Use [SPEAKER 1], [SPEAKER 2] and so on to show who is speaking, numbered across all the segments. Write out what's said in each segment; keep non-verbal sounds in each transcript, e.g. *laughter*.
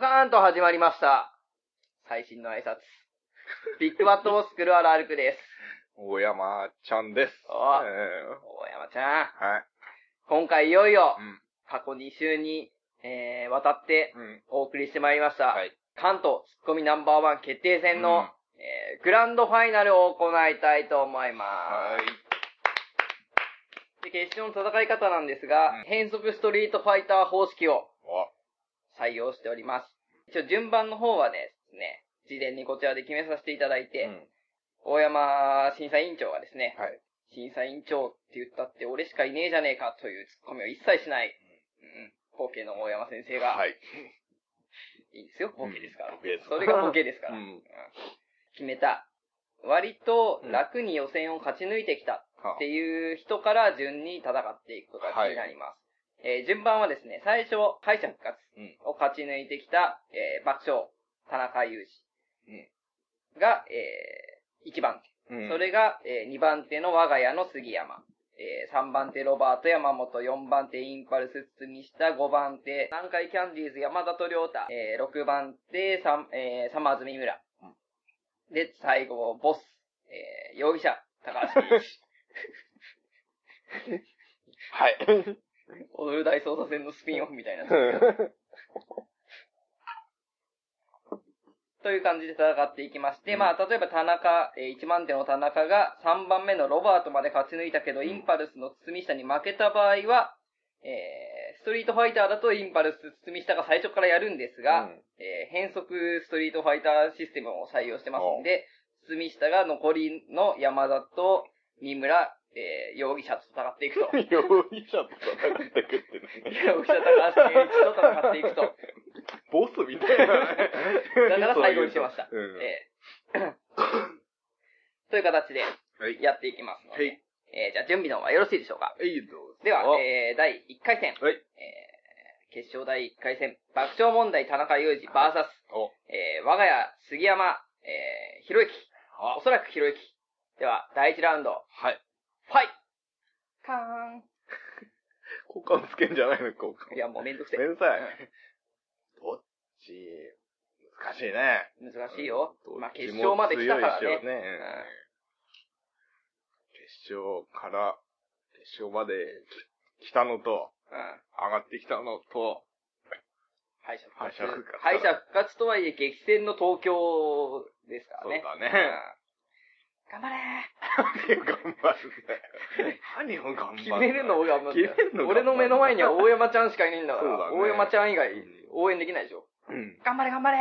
[SPEAKER 1] カーンと始まりました。最新の挨拶。ビッグバットモスクルアラルクです。
[SPEAKER 2] 大山ちゃんです。
[SPEAKER 1] あ
[SPEAKER 2] え
[SPEAKER 1] 大山ちゃん、
[SPEAKER 2] ーはい。
[SPEAKER 1] 今回いよいよ
[SPEAKER 2] う、ん。
[SPEAKER 1] 過去2週に、えー、わたって
[SPEAKER 2] うん。
[SPEAKER 1] お送りしてまいりました。
[SPEAKER 2] はい。
[SPEAKER 1] 関東ツッコミナンバーワン決定戦の、
[SPEAKER 2] うん
[SPEAKER 1] えーグランドファイナルを行いたいと思いま
[SPEAKER 2] はい。
[SPEAKER 1] す。で決勝の戦い方なんですが、
[SPEAKER 2] うん
[SPEAKER 1] 変則ストリートファイター方式を
[SPEAKER 2] お
[SPEAKER 1] 採用しております。一応順番の方はですね、事前にこちらで決めさせていただいて、
[SPEAKER 2] うん
[SPEAKER 1] 大山審査委員長がですね、
[SPEAKER 2] はい。
[SPEAKER 1] 審査委員長って言ったって俺しかいねえじゃねえかというツッコミを一切しない、うん、ボケの大山先生が、、
[SPEAKER 2] はいい。
[SPEAKER 1] いんですよ、ボケですから。
[SPEAKER 2] うんボケです
[SPEAKER 1] それがボケですから。
[SPEAKER 2] うん
[SPEAKER 1] 決めた。割と楽に予選を勝ち抜いてきた
[SPEAKER 2] は
[SPEAKER 1] っていう人から順に戦っていくことになります。えー順番はですね、最初、敗者復活
[SPEAKER 2] うん。
[SPEAKER 1] を勝ち抜いてきた、えー爆笑、田中裕
[SPEAKER 2] うん
[SPEAKER 1] 二が、えー1番手。
[SPEAKER 2] うん。
[SPEAKER 1] それが、え2番手の我が家の杉山。え3番手ロバート山本、4番手インパルス堤下、5番手南海キャンディーズ山里亮太、え6番手サ,、えー、サマーズ三村。で、最後、ボス、えー容疑者、高
[SPEAKER 2] *laughs*
[SPEAKER 1] 橋圭一。
[SPEAKER 2] はい。
[SPEAKER 1] 踊る大捜査線のスピンオフみたいな。という感じで戦っていきまして、
[SPEAKER 2] うん
[SPEAKER 1] まあ、例えば田中、えー1番手の田中が3番目のロバートまで勝ち抜いたけど、
[SPEAKER 2] うん
[SPEAKER 1] インパルスの堤下に負けた場合は、えーストリートファイターだとインパルス堤下が最初からやるんですが、
[SPEAKER 2] うん
[SPEAKER 1] えー変則ストリートファイターシステムを採用してますんで、堤下が残りの山田と三村、えー容疑者と戦っていくと。
[SPEAKER 2] *laughs* 容疑者と戦ってくってね。
[SPEAKER 1] 容疑者高橋圭一と戦っていくと。
[SPEAKER 2] ボスみたいなね。
[SPEAKER 1] だから最後にしました。
[SPEAKER 2] そういうの
[SPEAKER 1] ええ *coughs* という形で
[SPEAKER 2] うん。はい。
[SPEAKER 1] やっていきますの
[SPEAKER 2] は
[SPEAKER 1] で、
[SPEAKER 2] い。
[SPEAKER 1] えーじゃあ準備の方はよろしいでしょうか。
[SPEAKER 2] はい、どうぞ。
[SPEAKER 1] では、
[SPEAKER 2] はい。
[SPEAKER 1] えー第1回戦、えー決勝第1回戦、爆笑問題田中裕二 VS、
[SPEAKER 2] お。
[SPEAKER 1] えー我が家杉山、えー、ひろゆき、
[SPEAKER 2] あ
[SPEAKER 1] おそらくひろゆき。では、第1ラウンド、
[SPEAKER 2] はい。
[SPEAKER 1] ファイカー
[SPEAKER 2] 交換つけんじゃないの、交換。
[SPEAKER 1] ンいや、もうめんどくせ
[SPEAKER 2] ごめ
[SPEAKER 1] え。
[SPEAKER 2] んなさい。どっち、難しいね。
[SPEAKER 1] 難しいよ
[SPEAKER 2] うん。
[SPEAKER 1] まあ、決勝まで来たから
[SPEAKER 2] どっちも強い
[SPEAKER 1] ね
[SPEAKER 2] し。ね決勝から、決勝までき来たのと、
[SPEAKER 1] うんうん
[SPEAKER 2] 上がってきたのと、
[SPEAKER 1] 敗者
[SPEAKER 2] 敗者復活
[SPEAKER 1] 敗者復活とはいえ、激戦の東京ですか
[SPEAKER 2] そ
[SPEAKER 1] ら
[SPEAKER 2] う
[SPEAKER 1] ね。
[SPEAKER 2] だ
[SPEAKER 1] うん
[SPEAKER 2] ね。
[SPEAKER 1] 頑張れ
[SPEAKER 2] 何を頑張るんだよ。何を頑張る
[SPEAKER 1] 決めるの
[SPEAKER 2] を
[SPEAKER 1] 俺が頑張
[SPEAKER 2] 決めるのが
[SPEAKER 1] 俺の目の前には大山ちゃんしかいないんだから、
[SPEAKER 2] そうだね
[SPEAKER 1] 大山ちゃん以外
[SPEAKER 2] うん
[SPEAKER 1] 応援できないでしょ。
[SPEAKER 2] うん。
[SPEAKER 1] 頑張れ
[SPEAKER 2] *laughs*
[SPEAKER 1] 頑張れ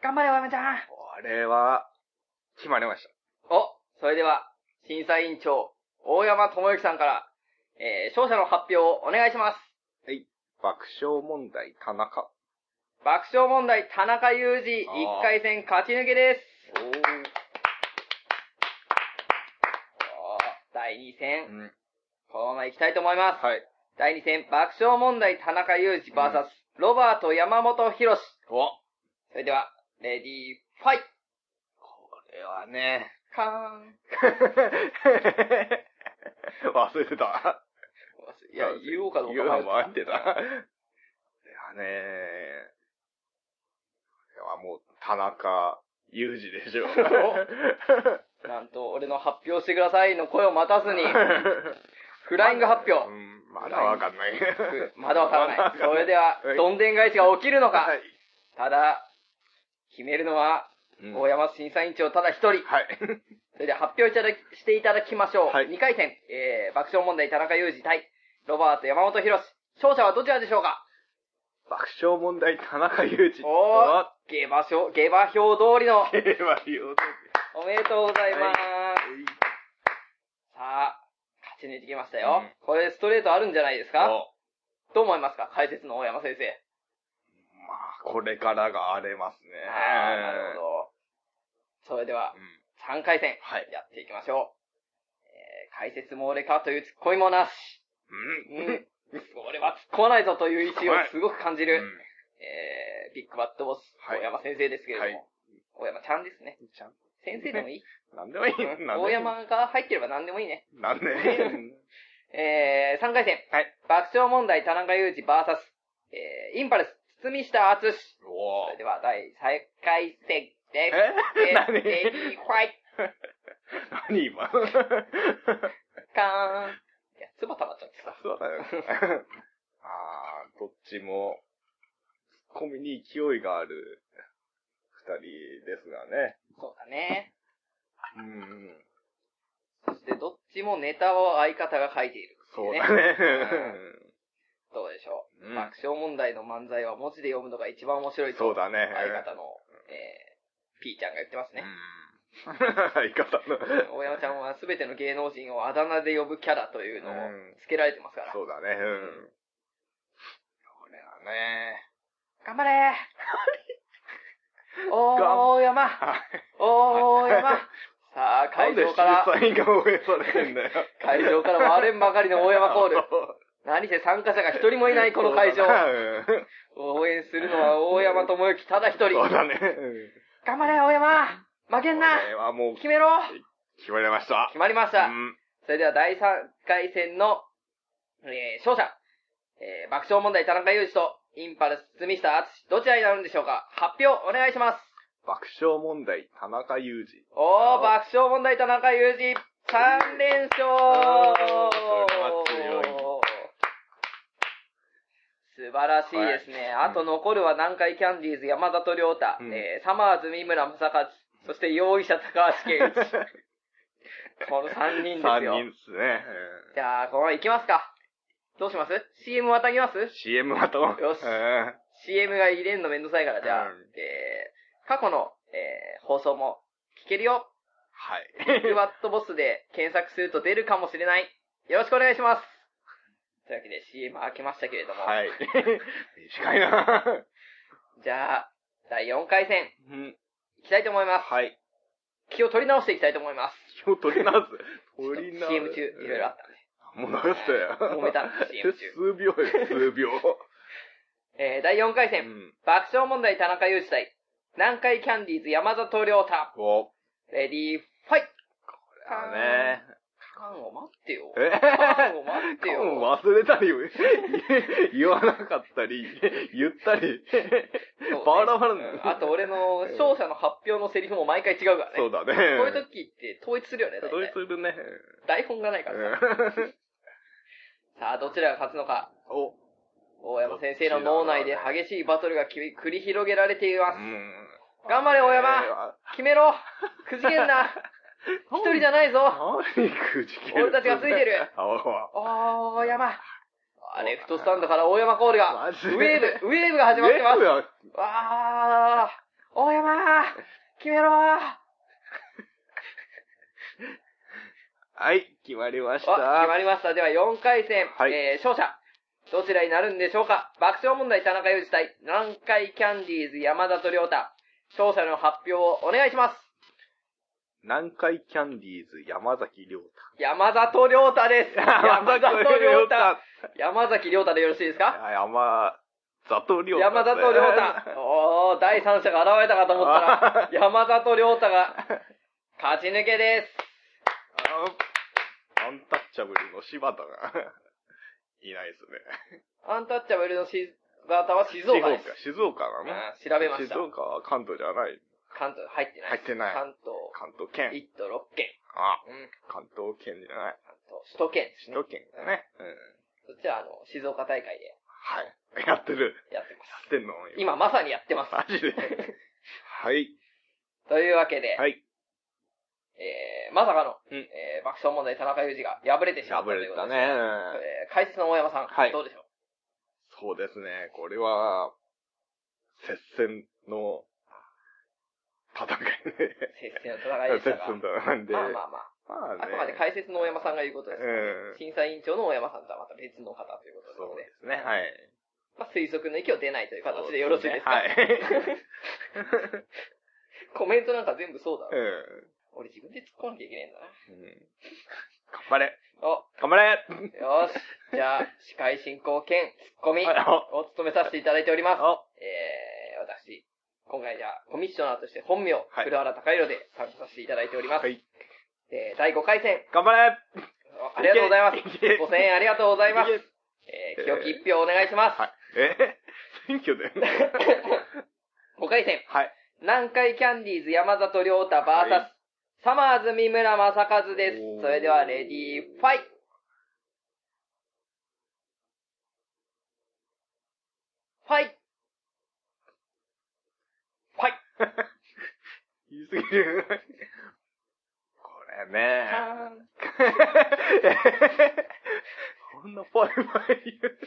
[SPEAKER 1] 頑張れ大山ちゃん
[SPEAKER 2] これは、決まりまし
[SPEAKER 1] お、それでは、審査委員長、大山智之さんから、えー、勝者の発表をお願いします。
[SPEAKER 2] た。爆笑問題、田中。
[SPEAKER 1] 爆笑問題、田中裕二、
[SPEAKER 2] あー
[SPEAKER 1] 1回戦勝ち抜けです。
[SPEAKER 2] おー。
[SPEAKER 1] おー第2戦、
[SPEAKER 2] うん。
[SPEAKER 1] このまま行きたいと思います。
[SPEAKER 2] はい。
[SPEAKER 1] 第2戦、爆笑問題、田中裕二 VS、ロバート、山本博士。
[SPEAKER 2] おこ
[SPEAKER 1] それでは、レディー、ファイ
[SPEAKER 2] れはね、
[SPEAKER 1] カーン。
[SPEAKER 2] *laughs* 忘れてた。
[SPEAKER 1] いや、言おうかどうか
[SPEAKER 2] 言うのも
[SPEAKER 1] 迷
[SPEAKER 2] 入
[SPEAKER 1] っ
[SPEAKER 2] ってて
[SPEAKER 1] た
[SPEAKER 2] た。いやねこれはもう、田中裕二でしょ。
[SPEAKER 1] なんと、俺の発表してくださいの声を待たずに、フライング発
[SPEAKER 2] *laughs* う
[SPEAKER 1] 表。
[SPEAKER 2] ん、まだわかんない。
[SPEAKER 1] まだわから
[SPEAKER 2] まだわ
[SPEAKER 1] な
[SPEAKER 2] か
[SPEAKER 1] い。
[SPEAKER 2] ん
[SPEAKER 1] それでは、どんでん返しが起きるのか
[SPEAKER 2] は。い。
[SPEAKER 1] ただ、決めるのは、
[SPEAKER 2] うん
[SPEAKER 1] 大山審査委員長ただ一人。
[SPEAKER 2] はい。
[SPEAKER 1] それでは発表いただきしていただきましょう。
[SPEAKER 2] はい
[SPEAKER 1] 2回戦、えー、爆笑問題、田中裕二対、ロバート、山本博士。勝者はどちらでしょうか
[SPEAKER 2] 爆笑問題、田中裕二。
[SPEAKER 1] おー、下馬賞、下馬評通りの、
[SPEAKER 2] おえは言おうと
[SPEAKER 1] おめでとうございます。さあ、勝ち抜いてきましたよ。
[SPEAKER 2] うん
[SPEAKER 1] これ、ストレートあるんじゃないですか
[SPEAKER 2] お
[SPEAKER 1] どう思いますか解説の大山先生。
[SPEAKER 2] まあ、これからが荒れますね。
[SPEAKER 1] あーなるほど。それでは
[SPEAKER 2] う、ん
[SPEAKER 1] 3回戦、
[SPEAKER 2] はい
[SPEAKER 1] やっていきましょう。えー、解説も俺かというツッコミもなし。う
[SPEAKER 2] うん。
[SPEAKER 1] ん。俺は突っ込まないぞという意思をすごく感じる、え
[SPEAKER 2] うん
[SPEAKER 1] ー、ビッグバットボス、
[SPEAKER 2] はい
[SPEAKER 1] 大山先生ですけれども、
[SPEAKER 2] はい
[SPEAKER 1] 大山ちゃんですね。
[SPEAKER 2] ちゃん
[SPEAKER 1] 先生でもいい
[SPEAKER 2] なんでもいい。
[SPEAKER 1] うん
[SPEAKER 2] *laughs* なんで
[SPEAKER 1] 大
[SPEAKER 2] もいい。
[SPEAKER 1] 山が入ってれば何でもいいね。
[SPEAKER 2] なんでもいい。
[SPEAKER 1] えー、3回戦。
[SPEAKER 2] はい
[SPEAKER 1] 爆笑問題、田中裕二 VS、えー、インパルス、堤下敦史。
[SPEAKER 2] お
[SPEAKER 1] そ
[SPEAKER 2] ぉ
[SPEAKER 1] れ。では、第3回戦です。
[SPEAKER 2] え *laughs* 何
[SPEAKER 1] でできファイ
[SPEAKER 2] 何今 *laughs*
[SPEAKER 1] カーン。いや、唾溜まっちゃってさ。
[SPEAKER 2] そうだよ。 *laughs* あー、どっちも、ツッコミに勢いがある二人ですがね。
[SPEAKER 1] そうだね。
[SPEAKER 2] うん。
[SPEAKER 1] そして、どっちもネタを相方が書いているってい
[SPEAKER 2] そう
[SPEAKER 1] ね、
[SPEAKER 2] だね。
[SPEAKER 1] どうでしょう。
[SPEAKER 2] うん
[SPEAKER 1] 爆笑問題の漫才は文字で読むのが一番面白いと。
[SPEAKER 2] そうだね。
[SPEAKER 1] 相方の、えー、P ちゃんが言ってます
[SPEAKER 2] うん *laughs*
[SPEAKER 1] ね。。
[SPEAKER 2] 相方の。
[SPEAKER 1] 大山ちゃんは全ての芸能人をあだ名で呼ぶキャラというのを
[SPEAKER 2] うん
[SPEAKER 1] つけられてますから。
[SPEAKER 2] そうだね。うん。これはね。
[SPEAKER 1] 頑張れー大山大
[SPEAKER 2] *laughs*
[SPEAKER 1] 山さあ、会場から、
[SPEAKER 2] *laughs* なんで審査員が応援されてんだよ。
[SPEAKER 1] 会場から割れんばかりの大山
[SPEAKER 2] *laughs*
[SPEAKER 1] コール。何せ参加者が一人もいないこの会場
[SPEAKER 2] そう。 *laughs* だねうん
[SPEAKER 1] 応援するのは大山智之ただ一人。
[SPEAKER 2] そうだね。
[SPEAKER 1] 頑張れ大山負けんな
[SPEAKER 2] これはもう
[SPEAKER 1] 決めろ
[SPEAKER 2] 決まりました。
[SPEAKER 1] 決まりました。
[SPEAKER 2] うん
[SPEAKER 1] それでは第3回戦の、えー勝者、えー爆笑問題田中裕二と、インパルス堤下敦史どちらになるんでしょうか発表お願いします。
[SPEAKER 2] 爆笑問題、田中裕二。
[SPEAKER 1] おー、
[SPEAKER 2] あ
[SPEAKER 1] 爆笑問題田中裕二、3連勝
[SPEAKER 2] あーそれは強い
[SPEAKER 1] 素晴らしいですね。
[SPEAKER 2] はい
[SPEAKER 1] あと残るは南海キャンディーズ山里亮太、
[SPEAKER 2] うん
[SPEAKER 1] えーサマーズ三村正和、そして容疑者高橋圭
[SPEAKER 2] *laughs*
[SPEAKER 1] 一。この3人ですよ。
[SPEAKER 2] 3人ですね。
[SPEAKER 1] じゃあ、このまま行きますか。どうします ?CM 渡ぎます
[SPEAKER 2] CM はと。
[SPEAKER 1] よし
[SPEAKER 2] うん。
[SPEAKER 1] *laughs* ?CM が入れんのめんどくさいから、じゃあ、
[SPEAKER 2] うん
[SPEAKER 1] えー、過去の、えー放送も聞けるよ。
[SPEAKER 2] はい。
[SPEAKER 1] フワットボスで検索すると出るかもしれない。よろしくお願いします。というわけで CM 開けましたけれども。
[SPEAKER 2] はい。短いな
[SPEAKER 1] じゃあ、第4回戦、
[SPEAKER 2] うん。
[SPEAKER 1] いきたいと思います。
[SPEAKER 2] はい。
[SPEAKER 1] 気を取り直していきたいと思います。
[SPEAKER 2] 気を取り直す。取り直す。
[SPEAKER 1] CM 中、いろいろあったんで。
[SPEAKER 2] もう流したよ。
[SPEAKER 1] 揉めた CM 中
[SPEAKER 2] 数秒よ、数秒。
[SPEAKER 1] えー、第4回
[SPEAKER 2] う
[SPEAKER 1] 戦、
[SPEAKER 2] ん。
[SPEAKER 1] 爆笑問題田中裕二対、南海キャンディーズ山里亮太。
[SPEAKER 2] お、こ
[SPEAKER 1] レディー、ファイト
[SPEAKER 2] れはね。
[SPEAKER 1] カンを待ってよ。
[SPEAKER 2] え
[SPEAKER 1] カンを待ってよ。
[SPEAKER 2] も *laughs* う忘れたり、言わなかったり、言ったり。
[SPEAKER 1] そうね
[SPEAKER 2] パワーラバルなんだ
[SPEAKER 1] うんあと俺の勝者の発表のセリフも毎回違うからね。
[SPEAKER 2] そうだね。
[SPEAKER 1] こういう時って統一するよね、大
[SPEAKER 2] そう
[SPEAKER 1] 体。
[SPEAKER 2] するね。
[SPEAKER 1] 台本がないからさ。さあ、どちらが勝つのか。
[SPEAKER 2] お、
[SPEAKER 1] 大山先生の脳内で激しいバトルがき繰り広げられています。
[SPEAKER 2] ん。
[SPEAKER 1] 頑張れ大山決めろくじけん *laughs*
[SPEAKER 2] *laughs*
[SPEAKER 1] な一人じゃないぞ
[SPEAKER 2] 何くじける
[SPEAKER 1] 俺たちがついてる
[SPEAKER 2] あお
[SPEAKER 1] 大山あレフトスタンドから大山コールが、
[SPEAKER 2] マ
[SPEAKER 1] ウ
[SPEAKER 2] ジで
[SPEAKER 1] ェーブ、ウェーブが始まってます
[SPEAKER 2] ゲームは
[SPEAKER 1] わー、大山決めろ
[SPEAKER 2] はい、決まりました。
[SPEAKER 1] お決まりました。では4回戦、
[SPEAKER 2] はい
[SPEAKER 1] えー勝者、どちらになるんでしょうか爆笑問題田中裕二対南海キャンディーズ山里亮太。勝者の発表をお願いします。
[SPEAKER 2] 南海キャンディーズ山崎亮太。
[SPEAKER 1] 山里亮太です。
[SPEAKER 2] *laughs*
[SPEAKER 1] 山里亮太。山崎亮太でよろしいですか
[SPEAKER 2] あ山里亮太。
[SPEAKER 1] 山里亮太。おー、第三者が現れたかと思ったら
[SPEAKER 2] *laughs* あ、ー
[SPEAKER 1] 山里亮太が勝ち抜けです。
[SPEAKER 2] あアンタッチャブルの柴田が *laughs* いないですね。
[SPEAKER 1] アンタッチャブルのし姿は静岡です。
[SPEAKER 2] 静岡なの
[SPEAKER 1] あー調べました
[SPEAKER 2] 静岡は関東じゃない。
[SPEAKER 1] 関東入ってない。
[SPEAKER 2] 入ってない
[SPEAKER 1] 関東
[SPEAKER 2] 関東圏。
[SPEAKER 1] 1都6県。
[SPEAKER 2] あ、
[SPEAKER 1] うん。
[SPEAKER 2] 関東圏じゃない。
[SPEAKER 1] 関東、首都圏ですね。
[SPEAKER 2] 首都圏だね。うん。
[SPEAKER 1] そっちはあの、静岡大会で
[SPEAKER 2] はい。 *laughs* やってる。
[SPEAKER 1] やってます。
[SPEAKER 2] やってんの
[SPEAKER 1] 今まさにやってます。
[SPEAKER 2] マ
[SPEAKER 1] *laughs*
[SPEAKER 2] ジではい。
[SPEAKER 1] というわけで、
[SPEAKER 2] はい。
[SPEAKER 1] えー、まさかの、
[SPEAKER 2] うん
[SPEAKER 1] えー爆笑問題田中裕二が敗れてしまったと
[SPEAKER 2] 破
[SPEAKER 1] い
[SPEAKER 2] れ
[SPEAKER 1] うこと
[SPEAKER 2] た
[SPEAKER 1] で。
[SPEAKER 2] ね。
[SPEAKER 1] えー解説の大山さん、
[SPEAKER 2] はい
[SPEAKER 1] どうでしょう
[SPEAKER 2] そうですね。これは、接戦の戦いで。
[SPEAKER 1] 接戦の戦いでしたが。
[SPEAKER 2] *laughs* 接戦だなんで。
[SPEAKER 1] まあまあまあ。
[SPEAKER 2] まあね
[SPEAKER 1] あくまで解説の大山さんが言うことです、
[SPEAKER 2] うん
[SPEAKER 1] 審査委員長の大山さんとはまた別の方ということ
[SPEAKER 2] そう
[SPEAKER 1] で
[SPEAKER 2] ですね。はい。
[SPEAKER 1] まあ、推測の域を出ないという形でよろしいですか
[SPEAKER 2] はい。
[SPEAKER 1] *laughs* コメントなんか全部そうだ
[SPEAKER 2] う
[SPEAKER 1] ろ。俺自分で突っ込まなきゃいけないんだ
[SPEAKER 2] んうん頑張れ
[SPEAKER 1] な。お、
[SPEAKER 2] 頑張れ
[SPEAKER 1] よし。じゃあ、司会進行兼突っ込み
[SPEAKER 2] あの
[SPEAKER 1] を務めさせていただいております。
[SPEAKER 2] あ
[SPEAKER 1] えー、私、今回じゃあ、コミッショナーとして本名、
[SPEAKER 2] はい
[SPEAKER 1] 古原隆弘で参加させていただいております。
[SPEAKER 2] はい。
[SPEAKER 1] えー第5回戦、
[SPEAKER 2] 頑張れ
[SPEAKER 1] おありがとうございます。
[SPEAKER 2] いけいけ
[SPEAKER 1] ご声援ありがとうございます
[SPEAKER 2] いけ。
[SPEAKER 1] えー、清き一票お願いします。
[SPEAKER 2] はい。え選挙で。
[SPEAKER 1] *coughs* 5回戦、
[SPEAKER 2] はい。
[SPEAKER 1] 南海キャンディーズ山里亮太 VS、サマーズ三村正和です
[SPEAKER 2] おー。
[SPEAKER 1] それでは、レディーファイファイファイ
[SPEAKER 2] *laughs* 言い過ぎる。これね。
[SPEAKER 1] あー
[SPEAKER 2] こんなパイパイ言う。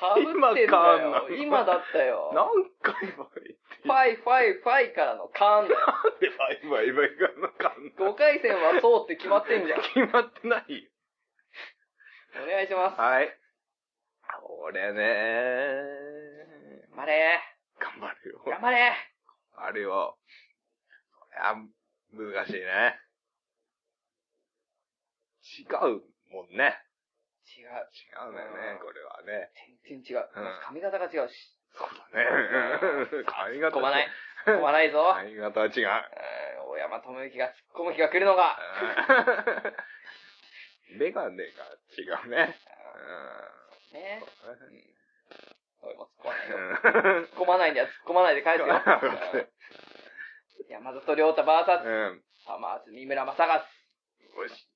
[SPEAKER 1] かぶってんだ
[SPEAKER 2] 今かんな
[SPEAKER 1] よ。
[SPEAKER 2] の
[SPEAKER 1] 今だったよ。
[SPEAKER 2] 何回も言って。
[SPEAKER 1] ファイファイファイからの勘だよ。
[SPEAKER 2] なんでパイパイパイがなかん
[SPEAKER 1] 5回戦はそうって決まってんじゃん。
[SPEAKER 2] 決まってないよ。
[SPEAKER 1] お願いします。
[SPEAKER 2] はい。これね。
[SPEAKER 1] 頑張れ
[SPEAKER 2] 頑張るよ。
[SPEAKER 1] 頑張れ
[SPEAKER 2] あるよ。これは、難しいね。違うもんね。
[SPEAKER 1] 違う。
[SPEAKER 2] 違うんだよね、これはね。
[SPEAKER 1] 全然違う。
[SPEAKER 2] うん
[SPEAKER 1] 髪型が違うし。
[SPEAKER 2] そうだね。髪
[SPEAKER 1] *laughs*
[SPEAKER 2] 型
[SPEAKER 1] 突っ込まない。突っ込まないぞ。
[SPEAKER 2] *laughs* 髪型は違う。
[SPEAKER 1] う
[SPEAKER 2] *laughs*
[SPEAKER 1] ん大山智之が突っ込む日が来るのか。
[SPEAKER 2] メガネが違うね。
[SPEAKER 1] ね。うん俺も突っ込まないよ。
[SPEAKER 2] う
[SPEAKER 1] 突っ込まないんだよ。突っ込まないで返すよ。
[SPEAKER 2] *laughs*
[SPEAKER 1] 山里亮太 VS、
[SPEAKER 2] ん。うん。
[SPEAKER 1] サマーズ三村正和。
[SPEAKER 2] *laughs* よし。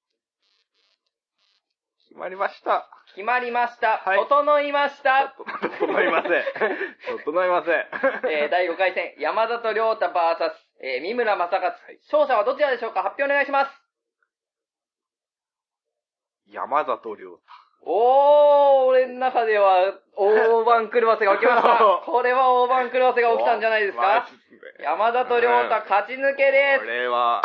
[SPEAKER 2] 決まりま
[SPEAKER 1] *laughs*
[SPEAKER 2] した。
[SPEAKER 1] 決まりました。
[SPEAKER 2] はい
[SPEAKER 1] 整いました。
[SPEAKER 2] 整いません。
[SPEAKER 1] *laughs*
[SPEAKER 2] 整いません。
[SPEAKER 1] えー、第5回
[SPEAKER 2] *laughs*
[SPEAKER 1] 戦、山里亮太 VS、えー、三村正和。勝者はどちらでしょうか発表お願いします。
[SPEAKER 2] 山里亮。
[SPEAKER 1] おー、俺の中では、大番狂わせが起きました
[SPEAKER 2] *laughs*
[SPEAKER 1] これは大番狂わせ
[SPEAKER 2] 太。
[SPEAKER 1] が起きたんじゃないです
[SPEAKER 2] マ
[SPEAKER 1] か
[SPEAKER 2] ジで
[SPEAKER 1] 山里亮太勝ち抜け
[SPEAKER 2] こ
[SPEAKER 1] で
[SPEAKER 2] れは、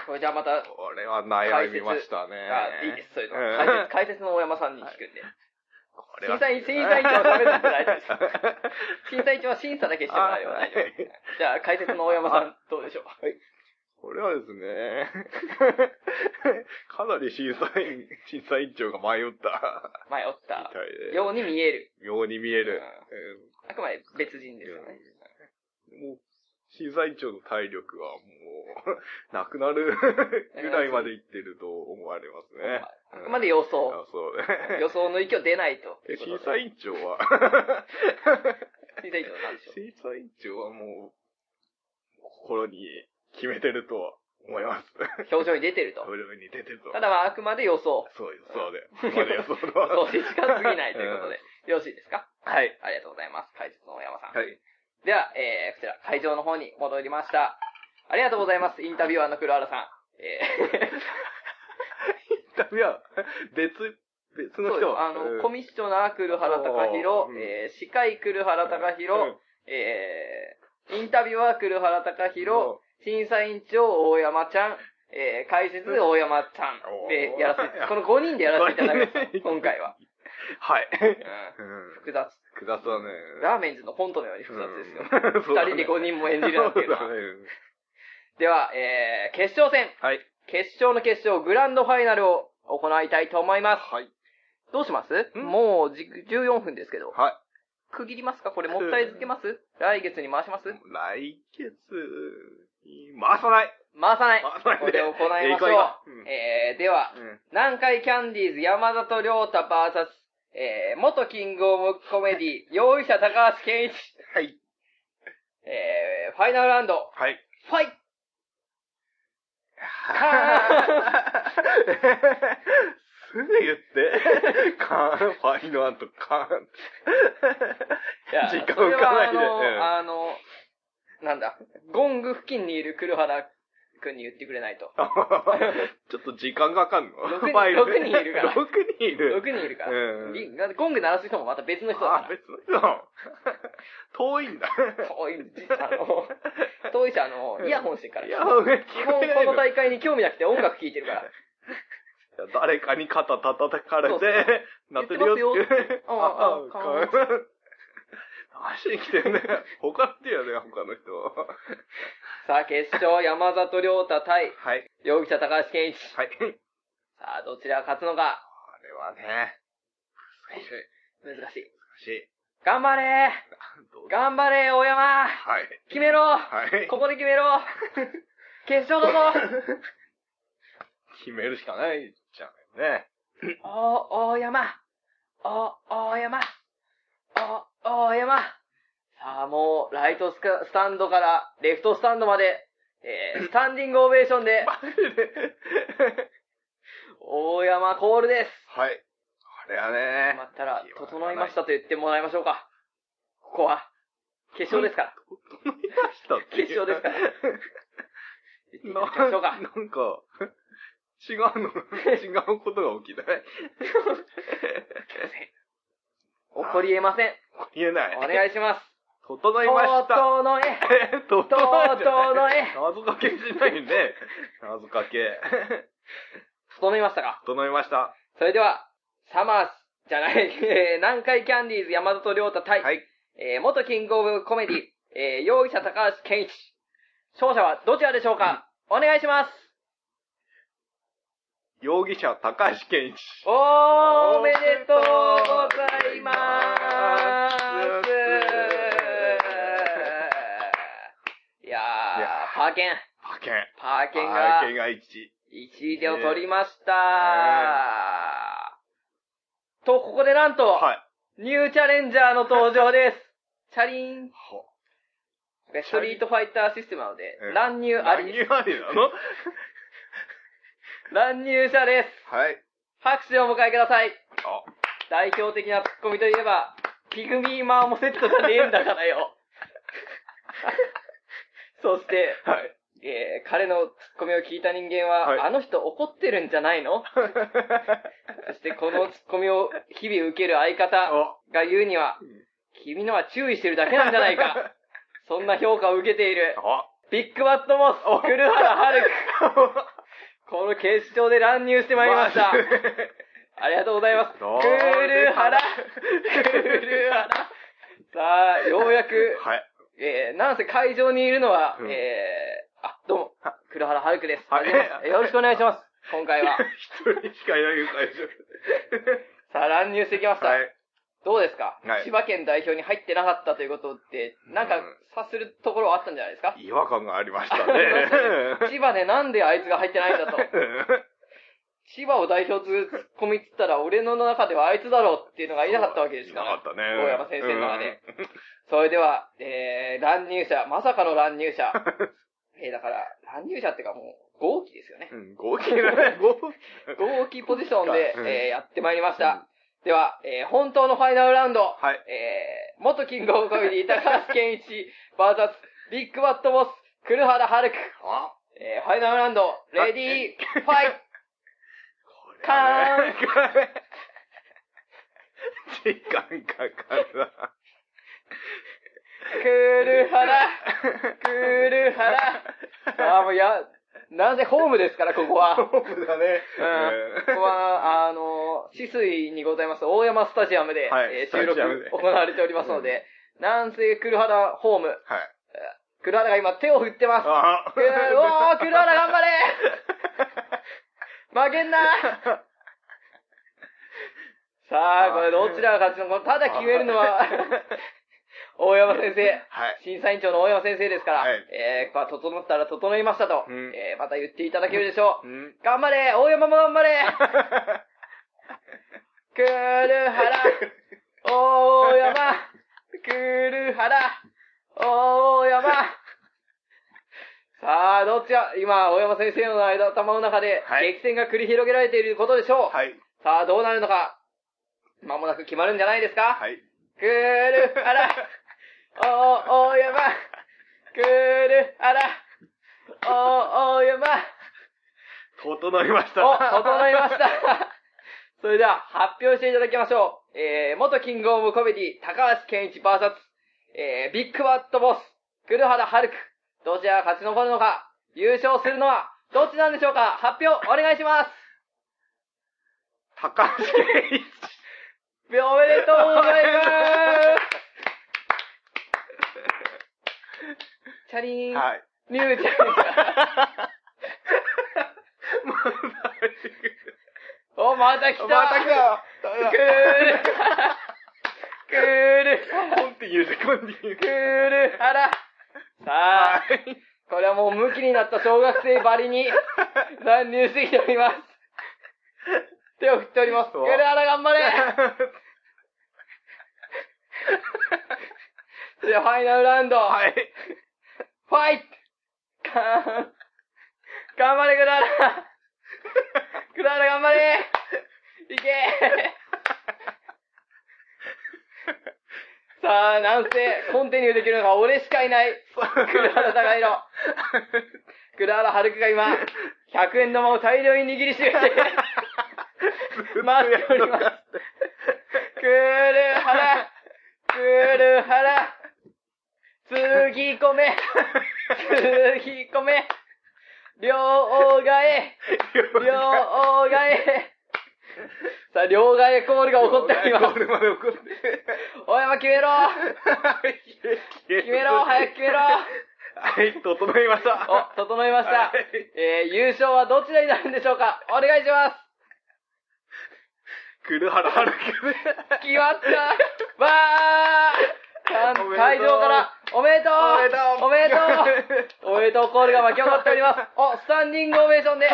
[SPEAKER 1] す。これじゃあまた、
[SPEAKER 2] これは悩みましたね。
[SPEAKER 1] あいいです、そういうの。
[SPEAKER 2] ん
[SPEAKER 1] 解説解説の大山さんに聞くんで。
[SPEAKER 2] これは
[SPEAKER 1] 審査員審査員とは喋るんじゃないですか審査一は審査だけしてもらえれば
[SPEAKER 2] は
[SPEAKER 1] 大
[SPEAKER 2] い
[SPEAKER 1] 丈夫。じゃあ解説の大山さん、どうでしょう
[SPEAKER 2] これはですね、かなり審査員、審査員長が迷った
[SPEAKER 1] 迷っ
[SPEAKER 2] み
[SPEAKER 1] た
[SPEAKER 2] たいで、
[SPEAKER 1] ように見える。
[SPEAKER 2] ように見える。
[SPEAKER 1] あくまで別人ですよね。
[SPEAKER 2] うんもう、審査員長の体力はもう、なくなるぐらいまでいってると思われますね。
[SPEAKER 1] あくまで予
[SPEAKER 2] うん
[SPEAKER 1] 想。
[SPEAKER 2] あそうね。
[SPEAKER 1] 予想の域を出ない
[SPEAKER 2] *laughs*
[SPEAKER 1] という
[SPEAKER 2] え
[SPEAKER 1] こ
[SPEAKER 2] 審
[SPEAKER 1] と
[SPEAKER 2] 査
[SPEAKER 1] で。
[SPEAKER 2] 員長は、 *laughs*
[SPEAKER 1] 審査一は何でしょう
[SPEAKER 2] 審査員長はもう、心に決めてるとは思います。
[SPEAKER 1] 表情に出てると。
[SPEAKER 2] *laughs* 表情に出てると。
[SPEAKER 1] ただまあ、あくまで予想。
[SPEAKER 2] そうよ、そ
[SPEAKER 1] *laughs*
[SPEAKER 2] うで。そうだよ、そうだ。
[SPEAKER 1] 予想に近すぎないということで。よろしいですか
[SPEAKER 2] はい。
[SPEAKER 1] ありがとうございます。解説の大山さん。
[SPEAKER 2] はい。
[SPEAKER 1] では、えー、こちら、会場の方に戻りました。ありがとうございます。インタビュアーの黒原さん。えー、
[SPEAKER 2] ダメや。別、別の
[SPEAKER 1] そうです
[SPEAKER 2] 人。
[SPEAKER 1] あの、コミッショナー黒原隆弘
[SPEAKER 2] う、ん
[SPEAKER 1] えー、司会黒原隆弘、えー、インタビュアー黒原隆弘、審査員長大山ちゃん、えー、解説大山さんで
[SPEAKER 2] おー
[SPEAKER 1] やらせて、この5人でやらせていただき
[SPEAKER 2] *laughs*
[SPEAKER 1] ます。今回は。
[SPEAKER 2] はい。
[SPEAKER 1] *laughs* うん
[SPEAKER 2] うん。
[SPEAKER 1] 複雑。
[SPEAKER 2] 複雑だね。
[SPEAKER 1] ラーメンズのコントのように複雑ですよ。
[SPEAKER 2] よ
[SPEAKER 1] 二人で5人も演じるなんていうのは
[SPEAKER 2] そうだね。
[SPEAKER 1] では、えー、決勝戦。
[SPEAKER 2] はい。
[SPEAKER 1] 決勝の決勝、グランドファイナルを行いたいと思います。
[SPEAKER 2] はい。
[SPEAKER 1] どうします
[SPEAKER 2] ん
[SPEAKER 1] もうじ14分ですけど。
[SPEAKER 2] は
[SPEAKER 1] 区切りますかこれもったいづけます来月に回します
[SPEAKER 2] い。来月に、回さない
[SPEAKER 1] 回さない。
[SPEAKER 2] 回さない
[SPEAKER 1] これで行いましょ
[SPEAKER 2] えー行こう行こうう
[SPEAKER 1] う。
[SPEAKER 2] ん
[SPEAKER 1] えー、では、
[SPEAKER 2] うん。
[SPEAKER 1] 南海キャンディーズ山里亮太 VS、えー、元キングオブコメディ、容疑者高橋健一、
[SPEAKER 2] はい。
[SPEAKER 1] えー、ファイナルラウンド、
[SPEAKER 2] はい。
[SPEAKER 1] ファイ
[SPEAKER 2] すぐ言って。カーン、ファイの後、カーン。時間
[SPEAKER 1] それ
[SPEAKER 2] 置か
[SPEAKER 1] はあ
[SPEAKER 2] ないで。うん
[SPEAKER 1] の、あの、なんだ、ゴング付近にいる黒原くんに言ってくれないと。
[SPEAKER 2] ちょっと時間がかかんの
[SPEAKER 1] 六人
[SPEAKER 2] ファイル
[SPEAKER 1] 六人いるから
[SPEAKER 2] 6人いる。
[SPEAKER 1] 6人いるから。
[SPEAKER 2] うん
[SPEAKER 1] リゴング鳴らす人もまた別の人だか、
[SPEAKER 2] あ
[SPEAKER 1] ら。
[SPEAKER 2] 別の人。遠いんだ。
[SPEAKER 1] 遠い、あの、遠いし、あの、イヤホンしてるから。
[SPEAKER 2] いや、俺聞
[SPEAKER 1] 基
[SPEAKER 2] こ
[SPEAKER 1] 本
[SPEAKER 2] えない
[SPEAKER 1] こ
[SPEAKER 2] の
[SPEAKER 1] の大会に興味なくて音楽聴いてるから。
[SPEAKER 2] 誰かに肩叩かれ
[SPEAKER 1] そうそ
[SPEAKER 2] て、なってるよ
[SPEAKER 1] 言
[SPEAKER 2] っ
[SPEAKER 1] ってます
[SPEAKER 2] て
[SPEAKER 1] よ。あああ
[SPEAKER 2] か *laughs* わいい足に来てんね。他の手やね、他の人。
[SPEAKER 1] さあ、決勝、山里亮太対
[SPEAKER 2] はい。
[SPEAKER 1] 容疑者高橋健一。
[SPEAKER 2] はい。
[SPEAKER 1] さあ、どちらが勝つのか。
[SPEAKER 2] あれはね、難しい。
[SPEAKER 1] 難しい。
[SPEAKER 2] 難しい。
[SPEAKER 1] 頑張れ
[SPEAKER 2] どう
[SPEAKER 1] 頑張れ大山
[SPEAKER 2] はい。
[SPEAKER 1] 決めろ
[SPEAKER 2] はい。
[SPEAKER 1] ここで決めろ決勝だぞ
[SPEAKER 2] 決めるしかないじゃんね。
[SPEAKER 1] お、大山お、大山。お、大山。さあ、もう、ライトスカスタンドから、レフトスタンドまで、えー、スタンディングオベーションで、大山コールです。
[SPEAKER 2] はい。あれはね。
[SPEAKER 1] まったら、整いましたと言ってもらいましょうか。ここは、決勝ですから。
[SPEAKER 2] 整いましたって
[SPEAKER 1] *laughs*
[SPEAKER 2] いう
[SPEAKER 1] 決勝ですから。行き
[SPEAKER 2] な
[SPEAKER 1] ましょうか
[SPEAKER 2] ん。なんか、違うの、違うことが起きない。
[SPEAKER 1] 起こり得ません。
[SPEAKER 2] 言えない。
[SPEAKER 1] お願いします。
[SPEAKER 2] 整いました。
[SPEAKER 1] 整え。
[SPEAKER 2] え、整
[SPEAKER 1] 整
[SPEAKER 2] じゃない
[SPEAKER 1] え。
[SPEAKER 2] 謎かけしないんで、謎かけ。
[SPEAKER 1] 整いましたか
[SPEAKER 2] 整いました。
[SPEAKER 1] それでは、サマース、じゃない、 *laughs* えー、南海キャンディーズ山里亮太対、
[SPEAKER 2] はい。
[SPEAKER 1] えー、元キングオブコメディ、えー、容疑者高橋健一。勝者はどちらでしょうかお願いします。
[SPEAKER 2] 容疑者、高橋健一。
[SPEAKER 1] おめでとうございます。いや
[SPEAKER 2] いや
[SPEAKER 1] ー、パーケン、
[SPEAKER 2] パケン。
[SPEAKER 1] パーケン
[SPEAKER 2] パ
[SPEAKER 1] が
[SPEAKER 2] ケンが1。
[SPEAKER 1] 1位でを取りました
[SPEAKER 2] ね。
[SPEAKER 1] と、ここでなんと、
[SPEAKER 2] はい。
[SPEAKER 1] ニューチャレンジャーの登場です。チャリーン。
[SPEAKER 2] ほ
[SPEAKER 1] ストリートファイターシステムなので
[SPEAKER 2] うん、
[SPEAKER 1] 乱入あり、
[SPEAKER 2] 何ありなの
[SPEAKER 1] 乱入者です。
[SPEAKER 2] はい。
[SPEAKER 1] 拍手をお迎えください。
[SPEAKER 2] あ、
[SPEAKER 1] 代表的なツッコミといえば、ピグミーマーモセットじゃねえんだからよ。 *laughs* そして、
[SPEAKER 2] はい。
[SPEAKER 1] えー彼のツッコミを聞いた人間は、
[SPEAKER 2] はい
[SPEAKER 1] あの人怒ってるんじゃないのそしてこのツッコミを日々受ける相方
[SPEAKER 2] お
[SPEAKER 1] が言うには、君のは注意してるだけなんじゃない
[SPEAKER 2] *laughs*
[SPEAKER 1] か。そんな評価を受けている、
[SPEAKER 2] あ
[SPEAKER 1] ビッグバットモス、古原遥。この決勝で乱入してまいりま
[SPEAKER 2] *laughs*
[SPEAKER 1] した。ありがとうございます。ク
[SPEAKER 2] どう
[SPEAKER 1] ールハラ
[SPEAKER 2] です
[SPEAKER 1] クールハラさあ、ようやく、
[SPEAKER 2] はい。
[SPEAKER 1] えー、なんせ会場にいるのは、
[SPEAKER 2] うん
[SPEAKER 1] えー、あ、どうも
[SPEAKER 2] は、
[SPEAKER 1] 黒原遥です。
[SPEAKER 2] は
[SPEAKER 1] は
[SPEAKER 2] い
[SPEAKER 1] じめましてよろしくお願いします。今回
[SPEAKER 2] *laughs*
[SPEAKER 1] は。
[SPEAKER 2] 一人しかいない会
[SPEAKER 1] さあ、乱入してきまし
[SPEAKER 2] 場。
[SPEAKER 1] た。
[SPEAKER 2] はい。
[SPEAKER 1] どうですか、
[SPEAKER 2] はい
[SPEAKER 1] 千葉県代表に入ってなかったということって、なんか
[SPEAKER 2] うん、
[SPEAKER 1] 察するところはあったんじゃないですか、
[SPEAKER 2] 違和感がありましたね。
[SPEAKER 1] 千葉でなんであいつが入ってないんだと。千葉を代表するツッコミっつったら、俺の中ではあいつだろうっていうのがいなかったわけですか
[SPEAKER 2] い
[SPEAKER 1] ら。
[SPEAKER 2] なかったね。
[SPEAKER 1] 大山先生の中で。それでは、えー、乱入者、まさかの乱入者。 *laughs* えー、だから、乱入者っていうかもう、号機ですよね
[SPEAKER 2] う。ん。うん、合計だね。合
[SPEAKER 1] 号機ポジションで、
[SPEAKER 2] うん
[SPEAKER 1] えー、やってまいりました。では、えー、本当のファイナルラウンド。
[SPEAKER 2] はい。
[SPEAKER 1] えー、元キングオブコメディ、高橋健一、バーザス、ビッグバットボス、黒原遥。
[SPEAKER 2] あ
[SPEAKER 1] えー、ファイナルラウンド、レディー、ファイト
[SPEAKER 2] これはね *laughs* 時間かかるな。
[SPEAKER 1] クールハラクールハラああ、もうや、なぜホームですから、ここは。こ
[SPEAKER 2] ホームだね。
[SPEAKER 1] こは、あの、止水にございます、大山スタジアムで、
[SPEAKER 2] はい
[SPEAKER 1] えー収
[SPEAKER 2] スタジアム
[SPEAKER 1] 録
[SPEAKER 2] で
[SPEAKER 1] 行われておりますので、南西クルハラホーム。
[SPEAKER 2] はい。
[SPEAKER 1] クルハラが今手を振ってます。
[SPEAKER 2] あ
[SPEAKER 1] クルハラおー、クルハラ頑張れ負けんな *laughs* さあ、これどちらが勝つのか、ただ決めるのは、 *laughs* 大山先生。
[SPEAKER 2] はい。
[SPEAKER 1] 審査委員長の大山先生ですから、
[SPEAKER 2] はい
[SPEAKER 1] えー、まあ、整ったら整いましたと、
[SPEAKER 2] うん
[SPEAKER 1] えー、また言っていただけるでしょう。
[SPEAKER 2] うん。
[SPEAKER 1] 頑張れ大山も頑張 *laughs* れくるはら大山くるはら大山さあ、どっちが、今、大山先生の間頭の中で
[SPEAKER 2] はい、
[SPEAKER 1] 激戦が繰り広げられていることでしょう。
[SPEAKER 2] はい。
[SPEAKER 1] さあ、どうなるのか、まもなく決まるんじゃないですか
[SPEAKER 2] はい。
[SPEAKER 1] くるあら、お、おやま、くるあら、お、おやま、
[SPEAKER 2] 整いました。
[SPEAKER 1] お、整いました。 *laughs* それでは発表していただきましょう。えー、元キングオブコメディ、高橋健一 VS、えー、ビッグバットボス、黒原遥。どちらが勝ち残るのか、優勝するのは、どっちなんでしょうか発表お願いします。
[SPEAKER 2] 高橋圭一。
[SPEAKER 1] おめでとうございます。チャリーン。
[SPEAKER 2] はい。
[SPEAKER 1] ミュージアム
[SPEAKER 2] また
[SPEAKER 1] お、また来た
[SPEAKER 2] また来た
[SPEAKER 1] クールクール
[SPEAKER 2] コンティニューして、コンティニュー
[SPEAKER 1] ク。ールあらさあ、
[SPEAKER 2] はい。
[SPEAKER 1] これはもう無気になった小学生ばりに乱入してきております。手を振っております。クールあら頑張れそれではファイナルラウンド、
[SPEAKER 2] はい。
[SPEAKER 1] ファイトかー頑張れ、クラーラクラーラ頑張れいけさあ、なんせ、コンティニューできるのが俺しかいない *laughs* クラーラ高
[SPEAKER 2] *laughs*
[SPEAKER 1] 弘クラーラ春クが今、100円玉を大量に握りしめて、待っております。くるはらくるはらつぎ込めつぎ込め両替え両替えさあ、両替えコールが起こっております
[SPEAKER 2] こ。れまで怒って。
[SPEAKER 1] 大山決めろ決めろ早く決めろ
[SPEAKER 2] はい、整いました。
[SPEAKER 1] お、整いました
[SPEAKER 2] は。い
[SPEAKER 1] えー、優勝はどちらになるんでしょうかお願いします
[SPEAKER 2] 黒原春樹
[SPEAKER 1] 決まったわー
[SPEAKER 2] おめでとう
[SPEAKER 1] 会場から、おめでとう
[SPEAKER 2] おめでとう
[SPEAKER 1] おめでとうおめでとうコールが巻き起こっておりますお、スタンディングオベーションで、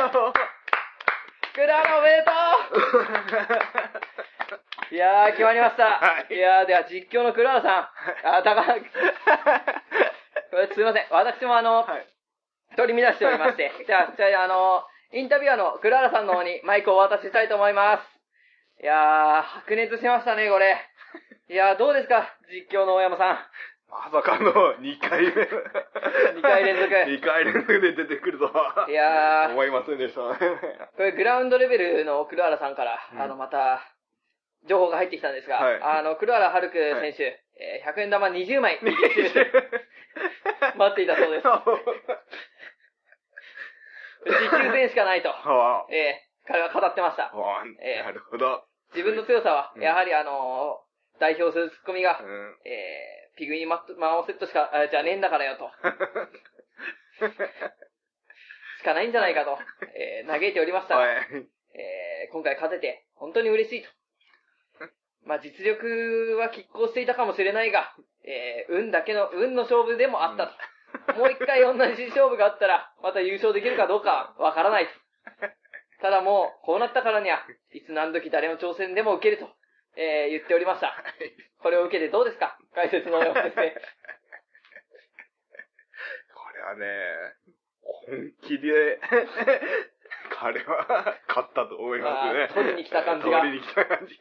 [SPEAKER 1] クララおめでとういやー、決まりました。
[SPEAKER 2] はい
[SPEAKER 1] い、やー、では実況のクララさん、あ、高、これすいません。私 *laughs* もあの、
[SPEAKER 2] はい。
[SPEAKER 1] 取り乱しておりまして。じゃあ、じゃあ、あの、インタビュアーのクララさんの方にマイクをお渡ししたいと思います。いやー、白熱しましたね、これ。いやー、どうですか実況の大山さん。
[SPEAKER 2] まさかの2回目。2
[SPEAKER 1] 回連続
[SPEAKER 2] 2回連続で出てくるぞ。
[SPEAKER 1] いやー、
[SPEAKER 2] 思いません
[SPEAKER 1] *laughs*
[SPEAKER 2] でした。 *laughs* は
[SPEAKER 1] これグラウンドレベルのクララさんから、
[SPEAKER 2] うん
[SPEAKER 1] あの、また、情報が入ってきたんですが、
[SPEAKER 2] はい
[SPEAKER 1] あの、クララハルク選手、えー100円玉20枚握ってる
[SPEAKER 2] *laughs*
[SPEAKER 1] 待っていたそうです。実球戦しかないと、
[SPEAKER 2] はあ
[SPEAKER 1] えー彼は語ってました。
[SPEAKER 2] はあ
[SPEAKER 1] ええ
[SPEAKER 2] なるほど。
[SPEAKER 1] 自分の強さは、
[SPEAKER 2] うん
[SPEAKER 1] やはりあのー代表するツッコミが、
[SPEAKER 2] うん。
[SPEAKER 1] えー、ピグインマットマンオセットしか、あじゃねえんだからよと、しかないんじゃないかと、えー、嘆いておりましたが、
[SPEAKER 2] はい。
[SPEAKER 1] えー、今回勝てて、本当に嬉しいと。まあ、実力は拮抗していたかもしれないが、えー、運だけの、運の勝負でもあったと。 *laughs* もう一回同じ勝負があったら、また優勝できるかどうかわからないと。ただもう、こうなったからには、いつ何時誰の挑戦でも受けると、えー、言っておりました。これを受けてどうですか解説のようですね。
[SPEAKER 2] これはね、本気で、 *laughs* 彼は勝ったと思いますね
[SPEAKER 1] あー。取りに来た感じが
[SPEAKER 2] 取りに来た感じ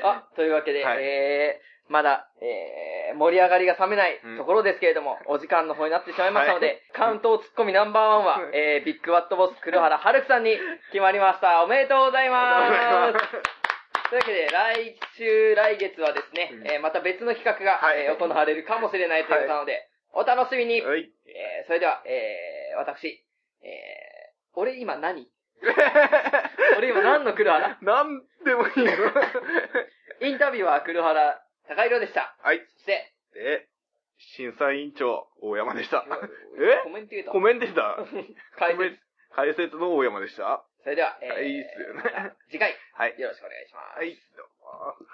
[SPEAKER 2] が。
[SPEAKER 1] あ、というわけで、
[SPEAKER 2] はい
[SPEAKER 1] えー、まだ、えー、盛り上がりが冷めないところですけれど
[SPEAKER 2] *laughs*
[SPEAKER 1] も、お時間の方になってしまいましたので、
[SPEAKER 2] はい
[SPEAKER 1] 関東ツッコミナンバーワンは、
[SPEAKER 2] うん
[SPEAKER 1] えー、ビッグワットボス、黒原春樹さんに決まりました。おめでとうございます。というわけで、来週、来月はですね、
[SPEAKER 2] うん
[SPEAKER 1] えー、また別の企画が、
[SPEAKER 2] はい
[SPEAKER 1] えー行われるかもしれないということなので、お楽しみに、
[SPEAKER 2] はい。
[SPEAKER 1] えー、それでは、えー、私、えー、俺今
[SPEAKER 2] *laughs*
[SPEAKER 1] 何俺今何の黒原
[SPEAKER 2] なんでもいいよ。
[SPEAKER 1] インタビューは黒原高弘でした。
[SPEAKER 2] はい。
[SPEAKER 1] そして、
[SPEAKER 2] で、審査委員長、大山でした。
[SPEAKER 1] コメンテー
[SPEAKER 2] え
[SPEAKER 1] ター
[SPEAKER 2] *laughs* コメンでした。
[SPEAKER 1] 解
[SPEAKER 2] コメ
[SPEAKER 1] 説
[SPEAKER 2] ン解説の大山でした。
[SPEAKER 1] それでは、えー
[SPEAKER 2] はい、いいっすよね。
[SPEAKER 1] 次回、
[SPEAKER 2] はい。
[SPEAKER 1] よろしくお願いします。
[SPEAKER 2] はい、どうも。